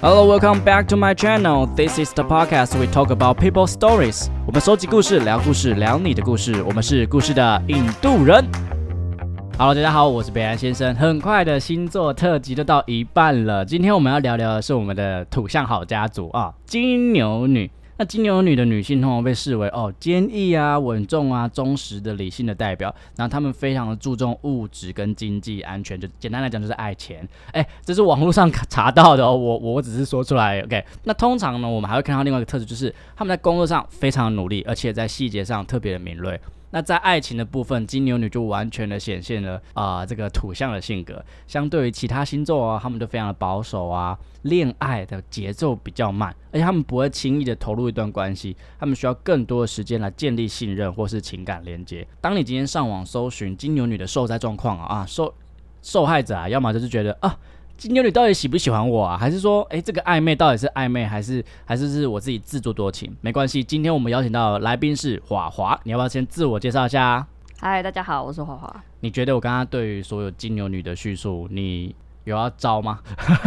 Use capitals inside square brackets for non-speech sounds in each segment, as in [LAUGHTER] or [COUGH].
Hello, welcome back to my channel. This is the podcast we talk about people stories. 我们收集故事，聊故事，聊你的故事。我们是故事的印度人。Hello，大家好，我是北安先生。很快的星座特辑就到一半了，今天我们要聊聊的是我们的土象好家族啊，金牛女。那金牛女的女性通常被视为哦坚毅啊、稳重啊、忠实的理性的代表，然后她们非常的注重物质跟经济安全，就简单来讲就是爱钱。哎，这是网络上查到的哦，我我只是说出来。OK，那通常呢，我们还会看到另外一个特质，就是他们在工作上非常努力，而且在细节上特别的敏锐。那在爱情的部分，金牛女就完全的显现了啊、这个土象的性格。相对于其他星座啊，他们都非常的保守啊，恋爱的节奏比较慢，而且他们不会轻易的投入一段关系，他们需要更多的时间来建立信任或是情感连接。当你今天上网搜寻金牛女的受灾状况啊，啊受受害者啊，要么就是觉得啊。金牛女到底喜不喜欢我啊？还是说，诶，这个暧昧到底是暧昧，还是还是是我自己自作多情？没关系，今天我们邀请到的来宾是华华，你要不要先自我介绍一下啊、嗨，大家好，我是华华。你觉得我刚刚对于所有金牛女的叙述，你有要招吗？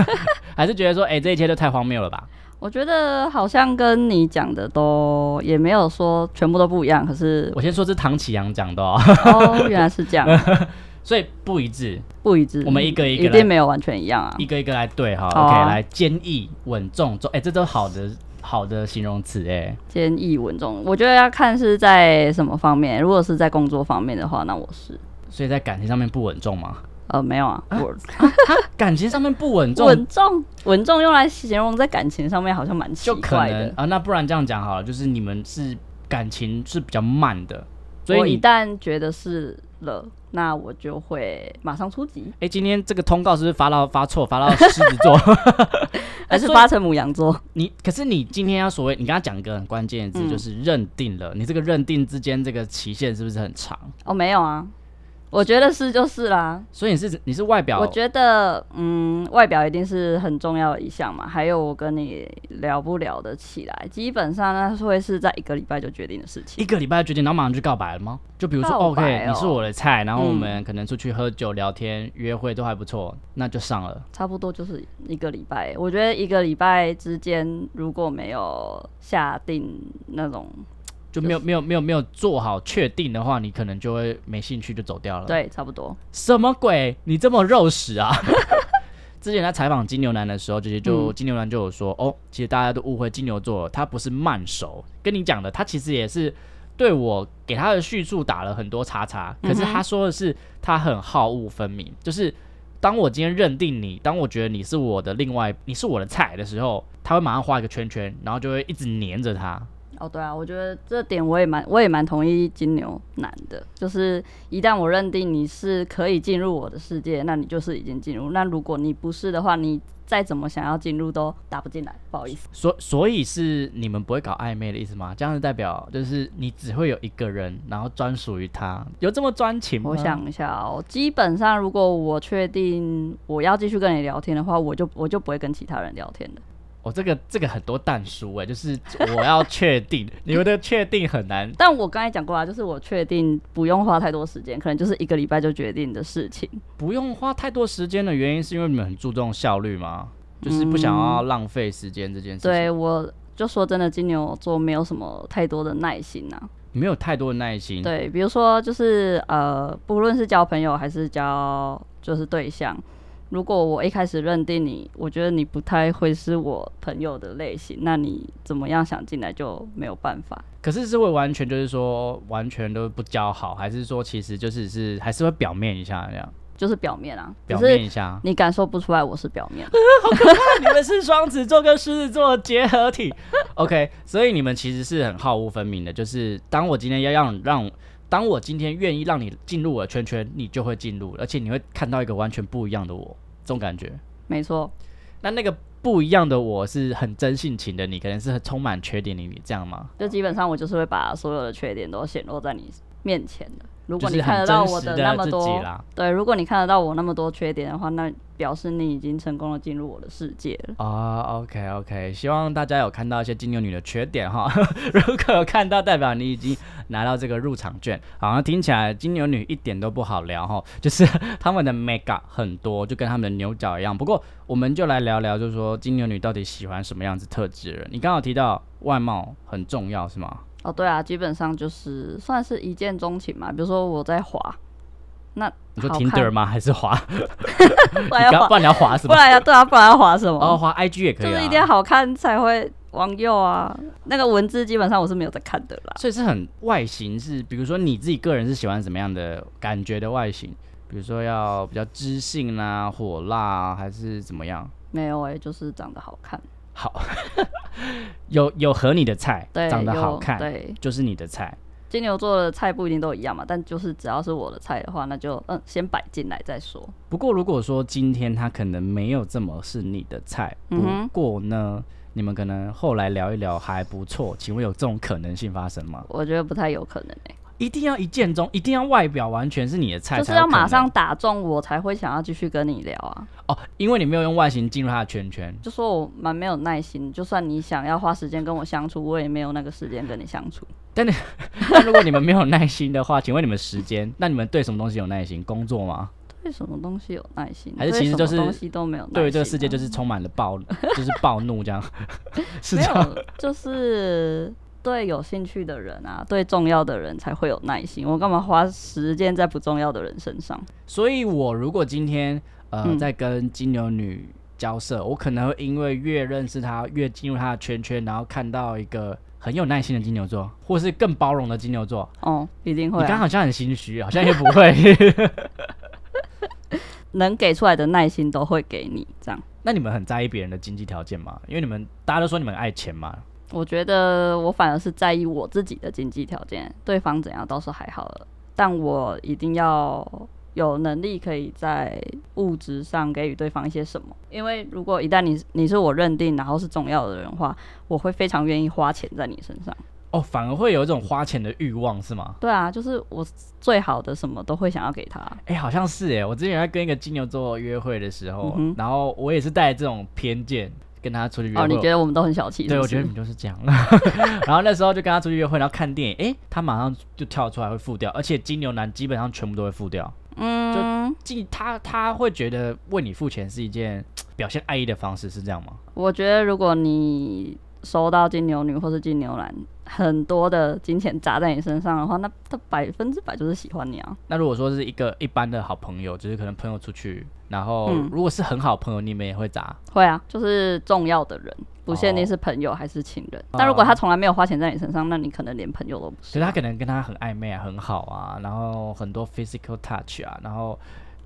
[LAUGHS] 还是觉得说，哎、这一切都太荒谬了吧？我觉得好像跟你讲的都也没有说全部都不一样，可是我先说这是唐启阳讲的哦，哦，原来 [LAUGHS] 是这样，所以不一致，不一致。我们一个一个来一定没有完全一样啊。一个一个来对哈。好 OK，啊来坚毅、稳重、重，哎、这都好的好的形容词哎、坚毅稳重，我觉得要看是在什么方面。如果是在工作方面的话，那我是所以在感情上面不稳重吗？呃没有啊，我感情上面不稳重。稳重稳重用来形容在感情上面好像蛮奇就可怪能的。啊，那不然这样讲好了，就是你们是感情是比较慢的，所我以一你旦觉得是了，那我就会马上出击，哎、今天这个通告是不是发到发错，发到狮子座？ [LAUGHS] 还是哎所以八成母羊座？你可是你今天要所谓，你刚刚讲一个很关键的字，嗯就是认定了。你这个认定之间这个期限是不是很长？哦，没有啊，我觉得是就是啦。所以你是你是外表，我觉得，嗯，外表一定是很重要的一项嘛，还有我跟你聊不聊得起来，基本上那是会是在一个礼拜就决定的事一 [LAUGHS] 情。个礼拜决定，然后马上就告白了吗？就比如说、告 o 白 k 哦你是我的菜，然后我们可能出去喝酒、聊天、约会都还不错，那就上了。差不多就是一个礼拜，我觉得一个礼拜之间如果没有下定那种，就没有没有没有没有做好确定的话，你可能就会没兴趣就走掉了。，对，差不多，什么鬼？你这么肉食 [LAUGHS] 啊！之前在采访金牛男的时候，其实就、嗯金牛男就有说，哦，其实大家都误会金牛座，他不是慢熟，跟你讲的，他其实也是对我给他的叙述打了很多叉叉，可是嗯哼他说的是他很好恶分明，就是当我今天认定你，当我觉得你是我的另外你是我的菜的时候，他会马上画一个圈圈，然后就会一直黏着他。哦，对啊，我觉得这点我也蛮我也蛮同意金牛男的，就是一旦我认定你是可以进入我的世界，那你就是已经进入。那如果你不是的话，你再怎么想要进入都打不进来，不好意思。所所以是你们不会搞暧昧的意思吗？这样子代表就是你只会有一个人，然后专属于他，有这么专情吗？我想一下哦，基本上如果我确定我要继续跟你聊天的话，我就我就不会跟其他人聊天的。哦，这个这个很多蛋书哎、就是我要确 [LAUGHS] 定，你们的确定很难。但我刚才讲过啊，就是我确定不用花太多时间，可能就是一个礼拜就决定的事情。不用花太多时间的原因，是因为你们很注重效率吗？就是不想要浪费时间这件事情。嗯对，我就说真的，金牛座没有什么太多的耐心啊。没有太多的耐心。，对，比如说就是呃，不论是交朋友还是交就是对象，如果我一开始认定你，我觉得你不太会是我朋友的类型，那你怎么样想进来就没有办法。可是是会完全就是说完全都不交好，还是说其实就是是还是会表面一下这样，就是表面啊，只表面是一下。你感受不出来我是表面。你们是双子座跟狮子座的结合体。OK，所以你们其实是很好恶分明的，就是当我今天要让让。当我今天愿意让你进入我的圈圈，你就会进入，而且你会看到一个完全不一样的我，这种感觉。[LAUGHS] 没错，那那个不一样的我是很真性情的你，可能是很充满缺点的你，这样吗？就基本上我就是会把所有的缺点都显露在你面前的。如就果是你看很得到真我实那么自多己，啦。对，如果你看得到我那么多缺点的话，那表示你已经成功的进入我的世界了。啊、o k OK，希望大家有看到一些金牛女的缺点哈。 [LAUGHS] 如果有看到，代表你已经拿到这个入场券。好像听起来金牛女一点都不好聊哈，就是他们的 make up 很多，就跟他们的牛角一样。不过我们就来聊聊，就是说金牛女到底喜欢什么样子特质的人？你刚好提到外貌很重要是吗？哦，对啊，基本上就是算是一见钟情嘛。比如说我在滑，那你说好 Tinder 看，吗？还是滑？不你然要刚滑不，然你要滑什不么？然要对啊，不然要滑什么？哦，滑 IG 也可以、就啊，是一定要好看才会往右啊。那个文字基本上我是没有在看的啦。所以是很外形是，比如说你自己个人是喜欢什么样的感觉的外形？比如说要比较知性啦、火辣、啊，还是怎么样？没有哎、就是长得好看，好， [LAUGHS] 有有合你的菜，对，长得好有看，对，就是你的菜。金牛座的菜不一定都一样嘛，但就是只要是我的菜的话，那就嗯，先摆进来再说。不过如果说今天他可能没有这么是你的菜，嗯不哼过呢，你们可能后来聊一聊还不错，请问有这种可能性发生吗？我觉得不太有可能哎、一定要一见钟，一定要外表完全是你的菜，就是要马上打中我才会想要继续跟你聊啊。哦，因为你没有用外形进入他的圈圈。就说我蛮没有耐心，就算你想要花时间跟我相处，我也没有那个时间跟你相处。 [LAUGHS] 但如果你们没有耐心的话，请问你们时间？那你们对什么东西有耐心？工作吗？对什么东西有耐心？还是其实对就什是么东西都没有耐心、啊。对于这个世界就是充满了暴，就是暴怒 [LAUGHS] 这样，是没这样。有，就是对有兴趣的人啊，对重要的人才会有耐心。我干嘛花时间在不重要的人身上？所以我如果今天呃、嗯在跟金牛女交涉，我可能会因为越认识她，越进入她的圈圈，然后看到一个很有耐心的金牛座，或是更包容的金牛座。哦，一定会、你刚啊，好像很心虚，好像也不 [LAUGHS] 会。能给出来的耐心都会给你。这样，那你们很在意别人的经济条件吗？因为你们大家都说你们很爱钱嘛，我觉得我反而是在意我自己的经济条件，对方怎样倒是还好了，但我一定要。有能力可以在物质上给予对方一些什么？因为如果一旦你你是我认定，然后是重要的人的话，我会非常愿意花钱在你身上。哦，反而会有一种花钱的欲望，是吗？对啊，就是我最好的什么都会想要给他。哎、好像是哎，我之前在跟一个金牛座约会的时候，嗯哼然后我也是带着这种偏见跟他出去约会。哦，你觉得我们都很小气是对，不是？我觉得你就是这样。 [LAUGHS] 然后那时候就跟他出去约会，然后看电影，哎、他马上就跳出来会付掉，而且金牛男基本上全部都会付掉。嗯，即他他会觉得为你付钱是一件表现爱意的方式，是这样吗？我觉得如果你收到金牛女或是金牛男很多的金钱砸在你身上的话，那 [LAUGHS] 他百分之百就是喜欢你啊。那如果说是一个一般的好朋友，就是可能朋友出去，然后嗯如果是很好朋友，你们也会砸。会啊，就是重要的人，不限定哦是朋友还是情人。哦但如果他从来没有花钱在你身上，那你可能连朋友都不所是以他啊。可能跟他很暧昧啊，很好啊，然后很多 physical touch 啊，然后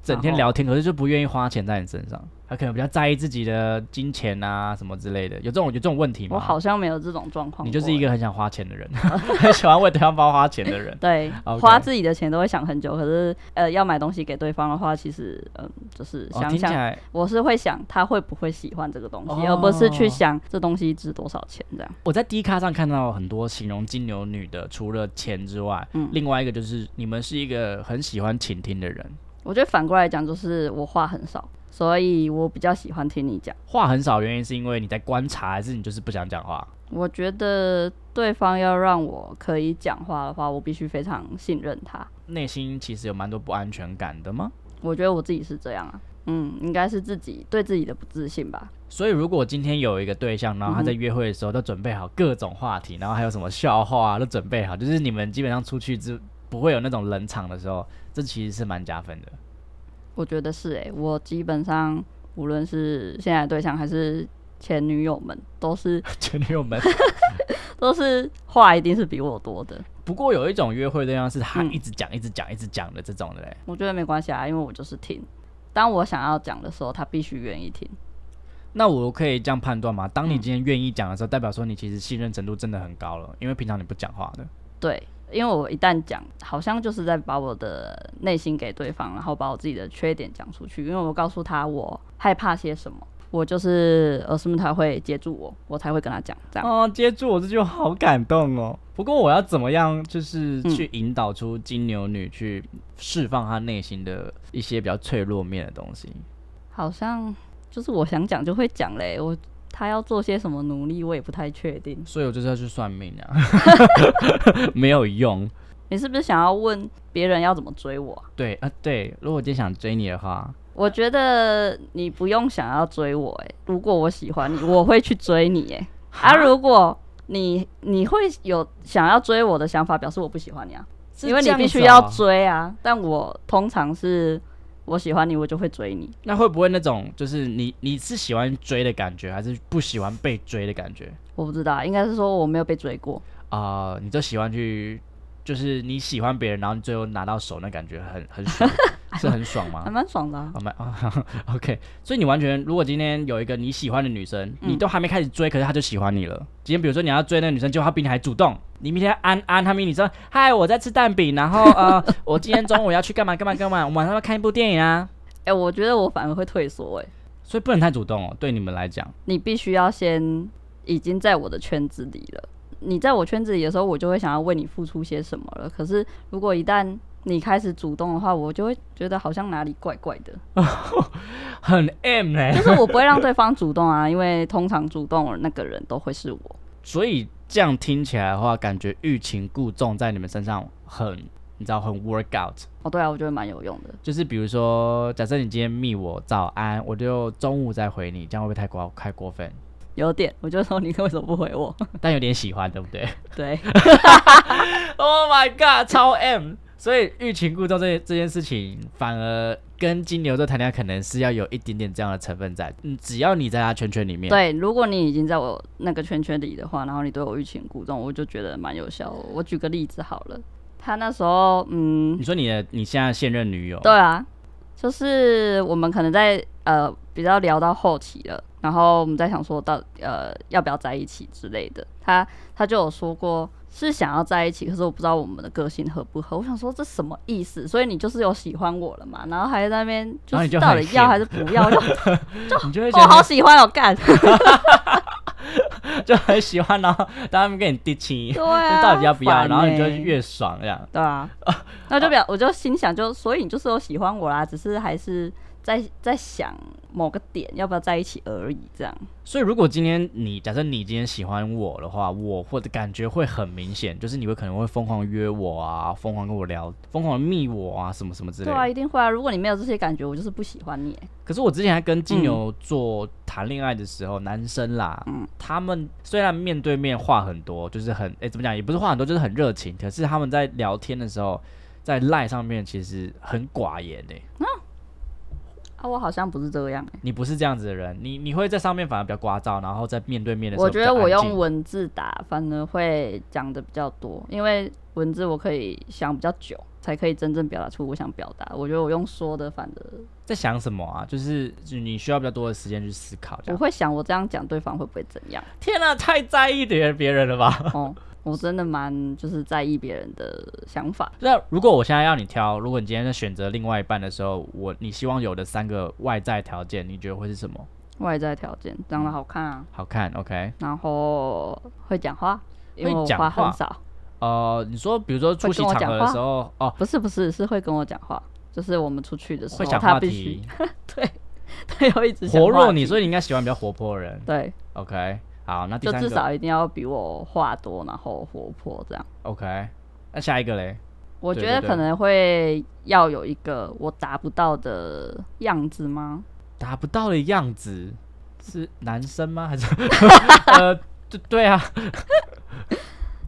整天然后聊天，可是就不愿意花钱在你身上，他可能比较在意自己的金钱啊什么之类的，有这种有这种问题吗？我好，欸像没有这种状况。。你就是一。个很想花钱的人，很喜欢为对方包花钱的人 [LAUGHS] [LAUGHS] 对啊 OK 花自己的钱都会想很久，可是呃，要买东西给对方的话，其实嗯，就是哦，想听起想来，我是会想他会不会喜欢这个东西，哦而不是去想这东西值多少钱这样。我在 D 咖上看到很多形容金牛女的，除了钱之外，嗯另外一个就是你们是一个很喜欢倾听的人，我觉得反过来讲，就是我话很少，所以我比较喜欢听你讲。话很少，原因是因为你在观察，还是你就是不想讲话？我觉得对方要让我可以讲话的话，我必须非常信任他。内心其实有蛮多不安全感的吗？我觉得我自己是这样啊，嗯，应该是自己对自己的不自信吧。所以，如果今天有一个对象，然后他在约会的时候都准备好各种话题，然后还有什么笑话啊都准备好，就是你们基本上出去之不会有那种冷场的时候，这其实是蛮加分的。 [LAUGHS] 我觉得是诶、我基本上无论是现在的对象还是前女友们，都是 [LAUGHS] 前女友们。都是话一定是比我多的。不过有一种约会对象是他嗯一直讲、一直讲、一直讲的这种的嘞。我觉得没关系啊，因为我就是听。当我想要讲的时候，他必须愿意听。那我可以这样判断吗？当你今天愿意讲的时候，代表说你其实信任程度真的很高了，因为平常你不讲话的。对，因为我一旦讲，好像就是在把我的内心给对方，然后把我自己的缺点讲出去。因为我告诉他我害怕些什么，我就是呃，什么他会接住我，我才会跟他讲这样。哦，接住我这就好感动哦。不过我要怎么样，就是嗯去引导出金牛女去释放她内心的一些比较脆弱面的东西。好像就是我想讲就会讲嘞，我他要做些什么努力，我也不太确定。所以我就是要去算命啊， [LAUGHS] 没有用。你是不是想要问别人要怎么追我啊、对啊，对，如果我今天想追你的话，我觉得你不用想要追我、欸，如果我喜欢你，我会去追你、欸，啊，如果你你会有想要追我的想法，表示我不喜欢你啊，是因为这你样必子须要哦。追啊。但我通常是我喜欢你，我就会追你。那会不会那种就是你你是喜欢追的感觉，还是不喜欢被追的感觉我不知道，应该是说我没有被追过，啊、你就喜欢去，就是你喜欢别人，然后你最后拿到手，那感觉很很爽， [LAUGHS] 是很爽吗还？蛮爽的、啊。好蛮啊，OK，所以你完全，如果今天有一个你喜欢的女生，你嗯都还没开始追，可是她就喜欢你了。今天比如说你要追那个女生，结果她比你还主动，你明天安安，她明你说，嗨，我在吃蛋饼，然后呃，我今天中午要去干嘛干嘛干嘛，我们晚上要看一部电影啊。哎、我觉得我反而会退缩，哎，所以不能太主动哦，对你们来讲，你必须要先已经在我的圈子里了。你在我圈子里的时候，我就会想要为你付出些什么了。可是如果一旦你开始主动的话，我就会觉得好像哪里怪怪的。 [LAUGHS] 很 M 呢、就是我不会让对方主动啊，因为通常主动的那个人都会是我。所以这样听起来的话，感觉欲擒故纵在你们身上很，你知道很 work out。哦，对啊，我觉得蛮有用的。就是比如说，假设你今天密我早安，我就中午再回你，这样会不会太过太过分？有点，我就说你为什么不回我？ [LAUGHS] 但有点喜欢，对不对对， [LAUGHS] ？Oh my god，超 M。所以欲擒故纵这这件事情，反而跟金牛座谈恋爱可能是要有一点点这样的成分在。嗯，只要你在他圈圈里面，，对，如果你已经在我那个圈圈里的话，然后你对我欲擒故纵，我就觉得蛮有效的。我举个例子好了，他那时候，嗯你，说你的你现在现任女友，对啊，就是我们可能在呃比较聊到后期了，然后我们在想说到呃要不要在一起之类的。他他就有说过是想要在一起，可是我不知道我们的个性合不合。我想说这什么意思？所以你就是有喜欢我了嘛？然后还在那边然就后你是就到很底 cute 要还是不要？我就你就会我觉好得喜欢哦，干 [LAUGHS] 就很喜欢，然后他们跟你递亲，对就啊， [LAUGHS] 到底要不要，烦然后你就欸越爽这样。对啊，那就表我就心想就，所以你就是有喜欢我啦，只是还是在在想某个点要不要在一起而已，这样。所以，如果今天你假设你今天喜欢我的话，我或者感觉会很明显，就是你会可能会疯狂约我啊，疯狂跟我聊，疯狂密我啊，什么什么之类对的。啊，一定会啊！如果你没有这些感觉，我就是不喜欢你欸。可是我之前还跟金牛座谈恋爱的时候，男生啦，嗯他们虽然面对面话很多，就是很哎、诶怎么讲，也不是话很多，就是很热情。可是他们在聊天的时候，在赖上面其实很寡言诶、啊，我好像不是这样欸、你不是这样子的人，你你会在上面反而比较聒噪，然后在面对面的时候我比觉较安得静，我用文字打反而会讲的比较多，因为文字我可以想比较久，才可以真正表达出我想表达。我觉得我用说的，反而在想什么啊？就是你需要比较多的时间去思考。这 [LAUGHS] 我样会想我这样讲对方会不会怎 [LAUGHS] 样。天啊，太在意别人别人了吧？ [LAUGHS] 哦，我真的蛮就是在意别人的想法。那如果我现在要你挑，如果你今天在选择另外一半的时候，我你希望有的三个外在条件，你觉得会是什么？外在条件，长得好看啊，好看，OK？然后会讲话，因为会我讲话话很少。呃，你说比如说出席场合的时候，哦，不是不是，是会跟我讲话，就是我们出去的时会候，讲他话必须题， [LAUGHS] 他要一直讲活话络你，题所以你应该喜欢比较活泼的人对， ，OK？好，那第就三至个少一定要比我话多，然后活泼这样。 ，OK？那下一个嘞？我对觉对得对可能会要有一个我达不到的样子吗？达不到的样子是男生吗？还是 [LAUGHS] 呃，对对啊，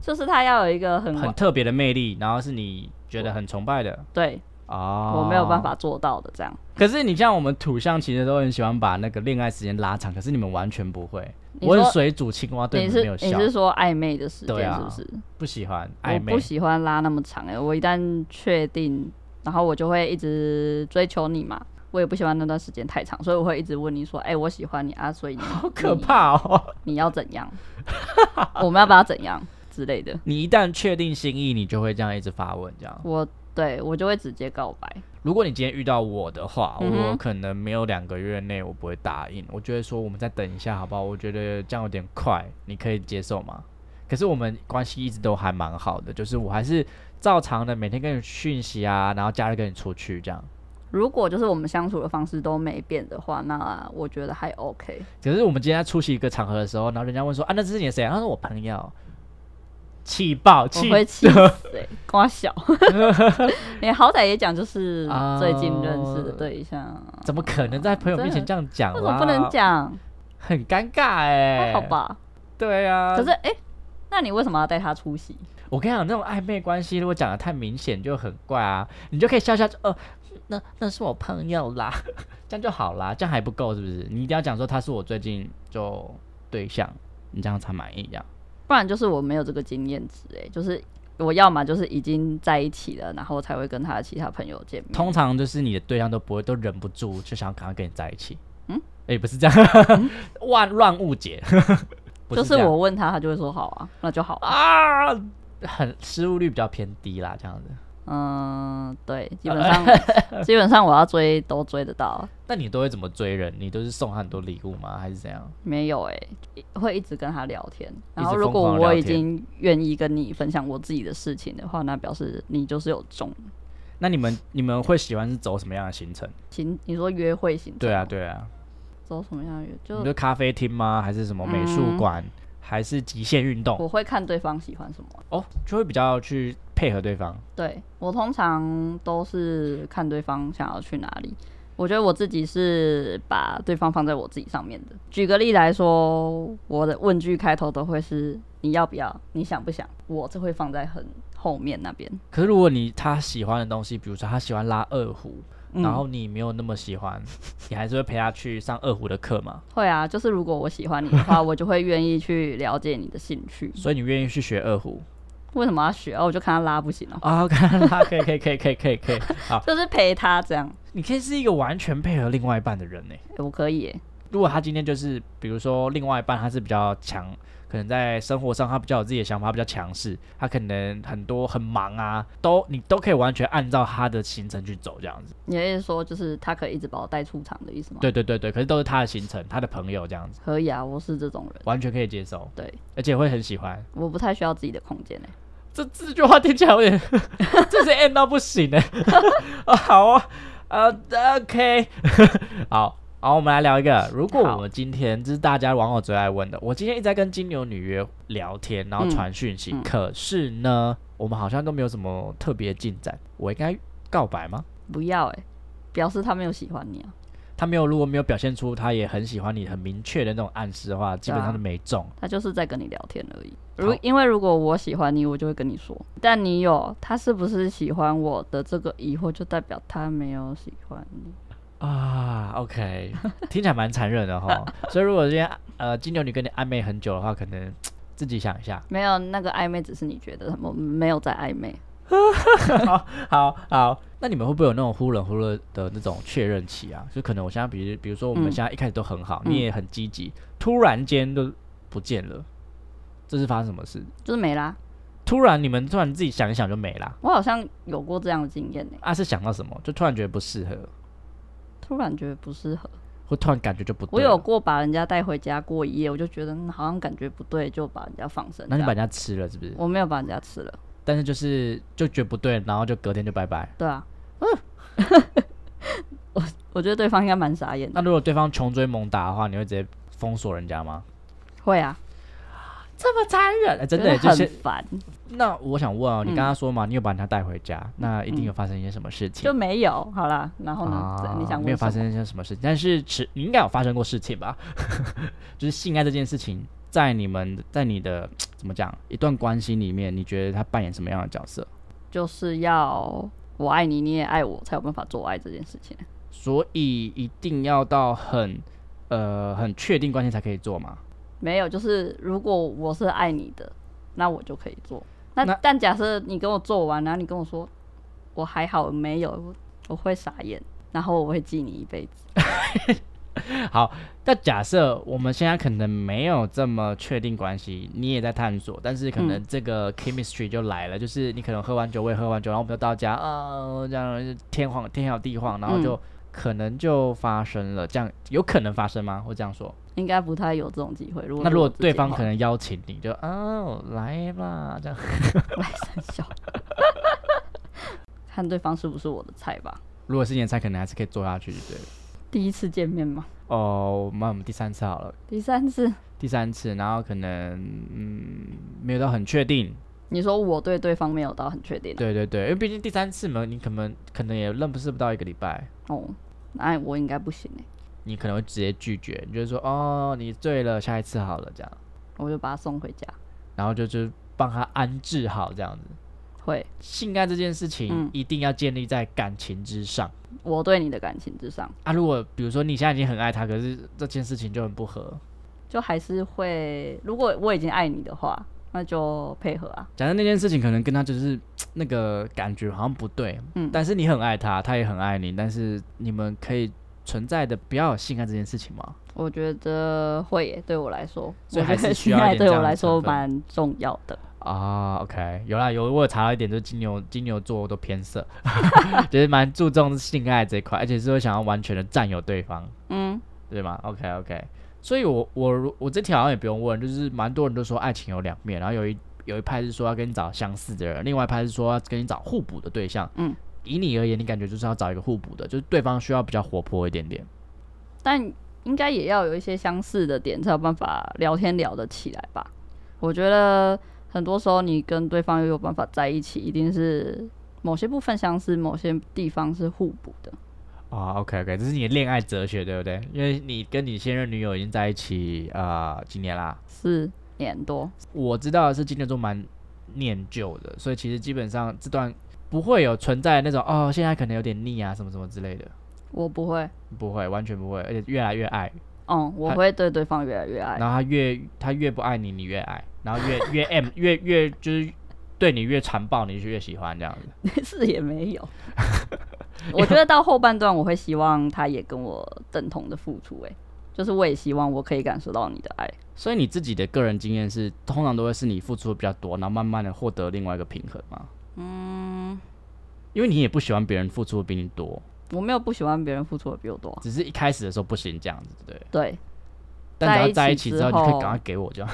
就是他要有一个很很特别的魅力，然后是你觉得很崇拜的对哦，我没有办。法做到的这样。可是你像我们土象，其实都很喜欢把那个恋爱时间拉长，可是你们完全不会。你温说水煮青蛙对你你们是没有你效，是说暧昧的时对间啊是不是？不喜欢我暧昧不。喜欢拉那么长哎、欸，我一旦确定，然后我就会一直追求你嘛。我也不喜欢那段时间太长，所以我会一直问你说：“哎、我喜欢你啊，所以你好可怕哦！你，你要怎样？ [LAUGHS] 我们要不要怎样之类的你一旦确定心意，你就会这样一直发问。这样，？”我对我就会直接告白。如果你今天遇到我的话，嗯哼我可能没有两个月内我不会答应，我就会说我们再等一下好不好？我觉得这样有点快，你可以接受吗？可是我们关系一直都还蛮好的，就是我还是照常的每天跟你讯息啊，然后假日跟你出去这样。如果就是我们相处的方式都没变的话，那我觉得还 OK。可是我们今天出席一个场合的时候，然后人家问说啊，那这是你的谁啊？他说我朋友，气爆我气会气死、欸，[LAUGHS] 瓜小，你好歹也讲就是啊最近认识的对象，啊哦怎么可能在朋友面前这样讲为什啦？么不能？讲？很尴尬哎、还好？吧。对啊。可是哎、欸那你为什么要带他出席？我跟你讲，那种暧昧关系如果讲的太明显就很怪啊，你就可以笑笑，呃，那那是我朋友啦， [LAUGHS] 这样就好啦，这样还不够是不是？你一定要讲说他是我最近就对象，你这样才满意这样。不然就是我没有这个经验值、欸，哎，就是我要么就是已经在一起了，然后才会跟他的其他朋友见面。通常就是你的对象都不会都忍不住就想赶快跟你在一起，嗯嗯，哎、不是这样， [LAUGHS] 乱乱误解， [LAUGHS] 不就是这样我问他，他就会说好啊，那就好啊。啊，很失误率比较偏低啦，这样子。嗯，对，基本 [LAUGHS] 上基本上我要追都追得到，那你都会怎么追人？你都是送他很多礼物吗？还是怎样？没有哎、会一直跟他聊天。然后一直如疯果狂聊我天已经愿意跟你分享我自己的事情的话，那表示你就是有中那你们你们会喜欢是走什么样的行程？行。你说约会行程对啊，吗，对啊，走什么样的约？你就说咖啡厅吗？还是什么美术嗯馆？还是极限运动？我会看对方喜欢什么。哦，就会比较去配合对方。对我通常都是看对方想要去哪里。我觉得我自己是把对方放在我自己上面的。举个例来说，我的问句开头都会是“你要不要？你想不想？”我这会放在很后面那边。可是如果你他喜欢的东西，比如说他喜欢拉二胡，嗯然后你没有那么喜欢，你还是会陪他去上二胡的课嘛？会啊，就是如果我喜欢你的话，我就会愿意去了解你的兴趣。所以你愿意去学二胡为什么要学？啊，我就看他拉不行了、啊？看拉 [LAUGHS] 可以可以可以可以可以可以，好，就是陪他这样。你可以是一个完全配合另外一半的人呢、欸我可以耶、如果他今天就是，比如说另外一半他是比较强，可能在生活上他比较有自己的想法，他比较强势，他可能很多很忙啊，都你都可以完全按照他的行程去走这样子。你的意思说，就是他可以一直把我带出场的意思吗？，对对对对，可是都是他的行程，他的朋友这样子，可以啊，我是这种人。完全可以接受，对，而且会很喜欢。我不太需要自己的空间欸这这句话听起来有点， [LAUGHS] 这是 end 到不行 [LAUGHS] 哎、啊好啊，呃，OK，好。好，我们来聊一个。如果好我们今天这是大家网友最爱问的，我今天一直在跟金牛女约聊天，然后嗯传讯息，嗯可是呢，我们好像都没有什么特别进展。我应该告白吗？不要哎、表示他没有喜欢你啊，他没有，如果没有表现出他也很喜欢你、很明确的那种暗示的话，基本上啊都没中。他就是在跟你聊天而已。好如因为如果我喜欢你，我就会跟你说，但你有他是不是喜欢我的这个疑惑，就代表他没有喜欢你。啊，OK，听起来蛮残忍的 [LAUGHS] 哈。所以如果今天呃金牛女跟你暧昧很久的话，可能自己想一 [LAUGHS] 下。没有那个暧昧，只是你觉得他们没有在暧昧。好好好，那你们会不会有那种忽冷忽热的那种确认期啊？就可能我现在比如比如说我们嗯现在一开始都很好，嗯你也很积极，突然间就不见了，这是发生什么事？就是没啦，突然你们突然自己想一想就没啦。我好像有过这样的经验呢、欸啊，是想到什么就突然觉得不适合，突然觉得不适合。或突然感觉就不对。我有，过把人家带回家过一夜，我就觉得嗯好像感觉不对，就把人家放生这那样。你把人家吃了是不是？我没有把人家吃了，但是就是就觉得不对，然后就隔天就拜拜。对啊， [LAUGHS] 嗯，我我觉得对方应该蛮傻眼的。那如果对方穷追猛打的话，你会直接封锁人家吗？会啊，这么残忍，哎真的觉耶就得是很烦，那我想问哦，你嗯刚刚说嘛，你有把人家带回家，那一定有发生一些什么事情？就没有好啦。然后呢，对你想啊没有问发什么？生一些什么事情，但是持你应该有发生过事情吧？就是性爱这件事情，在你们在你的怎么讲一段关系里面，你觉得他扮演什么样的角色？就是要我爱你，你也爱我，才有办法做爱这件事情。所以一定要到很呃很确定关系才可以做嘛？没有，就是如果我是爱你的，那我就可以做。那那但假设你跟我做完，然后你跟我说我还好没有，我我会傻眼，然后我会记你一辈子。好，那假设我们现在可能没有这么确定关系，你也在探索，但是可能嗯这个 chemistry 就来了，就是你可能喝完酒，我也喝完酒，然后我们就到家，呃，这样就天荒天摇地晃，然嗯后就、可能就发生了，这样有可能发生吗？我这样说，应该不太有这种机会。如果那是如果我自己对的方话可能邀请你就哦来吧，这样 [LAUGHS] 来三小，看对方是不是我的菜吧。如果是年菜，可能还是可以做下去，对。第一次见面嘛，哦，那我们第三次好了，第三次，第三次，然后可能嗯，没有到很确定，你说我对对方没有到很确定啊对对对，因为毕竟第三次嘛，你可能可能也认不是不到一个礼拜，哦，那我应该不行哎、你可能会直接拒绝，你就是说哦，你醉了，下一次好了这样，我就把他送回家。然后就就帮他安置好这样子。会，性爱这件事情嗯一定要建立在感情之上、我对你的感情之上，啊！如果比如说你现在已经很爱他，可是这件事情就很不合。就还是会，如果我已经爱你的话，那就配合啊。假设那件事情可能跟他就是那个感觉好像不对，嗯但是你很爱他，他也很爱你，但是你们可以存在的不要有性爱这件事情吗？我觉得会耶，对我来说，所以我还觉得是需要性一爱点对这我样的来说成分蛮重要的。啊，OK，有啦有，我有查到一点，就是金牛金牛座都偏色， [LAUGHS] 就是蛮注重性爱这一块，而且是会想要完全的占有对方，嗯，对吗？OK OK，所以我我如我这条好像也不用问，就是蛮多人都说爱情有两面，然后有一有一派是说要跟你找相似的人，另外一派是说要跟你找互补的对象。嗯，以你而言，你感觉就是要找一个互补的，就是对方需要比较活泼一点点。但应该也要有一些相似的点，才有办法聊天聊得起来吧。我觉得很多时候你跟对方又有办法在一起，一定是某些部分相似，某些地方是互补的。啊、o k OK，这是你的恋爱哲学，对不对？因为你跟你现任女友已经在一起啊、呃几年啦，四年多，我知道的是金牛座蛮念旧的，所以其实基本上这段不会有存在那种哦，现在可能有点腻啊，什么什么之类的，我不会，不会，完全不会，而且越来越爱，嗯，我还会对对方越来越爱。然后他越他越不爱你，你越爱，然后越 [LAUGHS] 越 M 越越就是对你越残暴，你就越喜欢这样子。 [LAUGHS] 是也没有。我觉得到后半段，我会希望他也跟我等同的付出、欸，就是我也希望我可以感受到你的爱。所以你自己的个人经验是，通常都会是你付出的比较多，然后慢慢的获得另外一个平衡嘛。嗯，因为你也不喜欢别人付出的比你多，我没有不喜欢别人付出的比我多，只是一开始的时候不行这样子，对不对。对但只要在在一一起起之之后，你可以赶快后给我这样，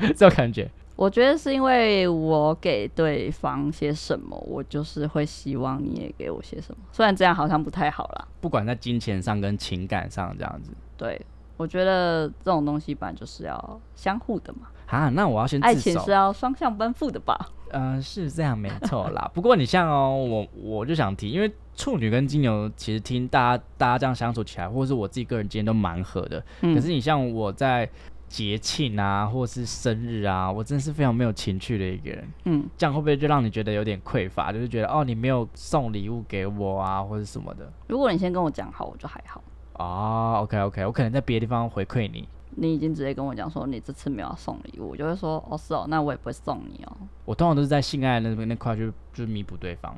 [LAUGHS] 这种感觉。我觉得是因为我给对方些什么，我就是会希望你也给我些什么。虽然这样好像不太好啦，不管在金钱上跟情感上这样子。对我觉得这种东西本来就是要相互的嘛，啊，那我要先爱自情首是。要双向奔赴的吧？嗯、是这样没错啦。 [LAUGHS] 不过你像哦，我我就想提，因为处女跟金牛其实听大家大家这样相处起来，或者是我自己个人经验都蛮合的。嗯可是你像我在节庆啊，或是生日啊，我真的是非常没有情趣的一个人。嗯，这样会不会就让你觉得有点匮乏？就是觉得哦，你没有送礼物给我啊，或者什么的。如果你先跟我讲好，我就还好。哦，OK OK，我可能在别的地方回馈你。你已经直接跟我讲说你这次没有要送礼物，我就会说哦是哦，那我也不会送你哦，我通常都是在性爱那那块去就是弥补对 [LAUGHS] 方，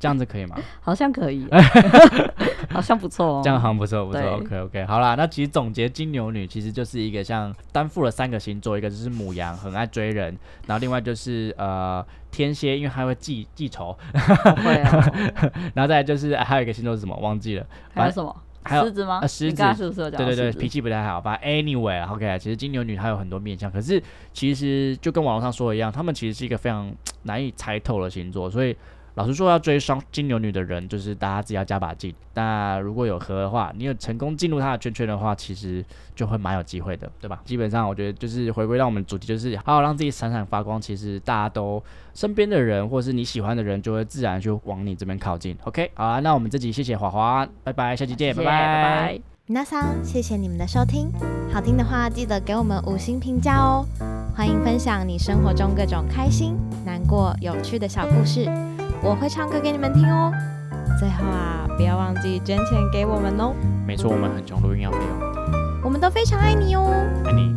这样子可以吗？好像可以，啊 [LAUGHS] 好像不 [LAUGHS] 错哦。这样好像不错，不错。对 OK OK，好啦，那其实总结金牛女其实就是一个像担负了三个星座，一个就是母羊，很爱追人，然后另外就是呃天蝎，因为她会记记仇，不会哦。然后再来就是、啊还有一个星座是什么忘记了，还有什么？还有狮子吗？呃狮你刚才子是不是有讲对到对对，狮子？脾气不太好。反正 anyway，OK，、其实金牛女她有很多面相，可是其实就跟网络上说的一样，她们其实是一个非常难以猜透的星座，所以。老实说，要追双金牛女的人，就是大家自己要加把劲。那如果有合的话，你有成功进入她的圈圈的话，其实就会蛮有机会的，对吧？基本上，我觉得就是回归到我们主题，就是好好让自己闪闪发光。其实大家都身边的人，或是你喜欢的人，就会自然就往你这边靠近。OK，好啊啦，那我们这集谢谢华华，拜拜，下期见，谢谢拜拜拜拜。那桑，谢谢你们的收听，好听的话记得给我们五星评价哦。欢迎分享你生活中各种开心、难过、有趣的小故事，我会唱歌给你们听哦。最后啊，不要忘记捐钱给我们哦，没错，我们很穷，录音要费用。我们都非常爱你哦。爱你，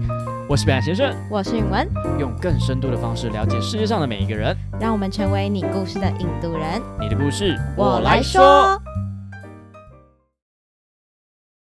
我是北岸先生，我是允文，用更深度的方式了解世界上的每一个人。让我们成为你故事的引渡人。你的故事，。说。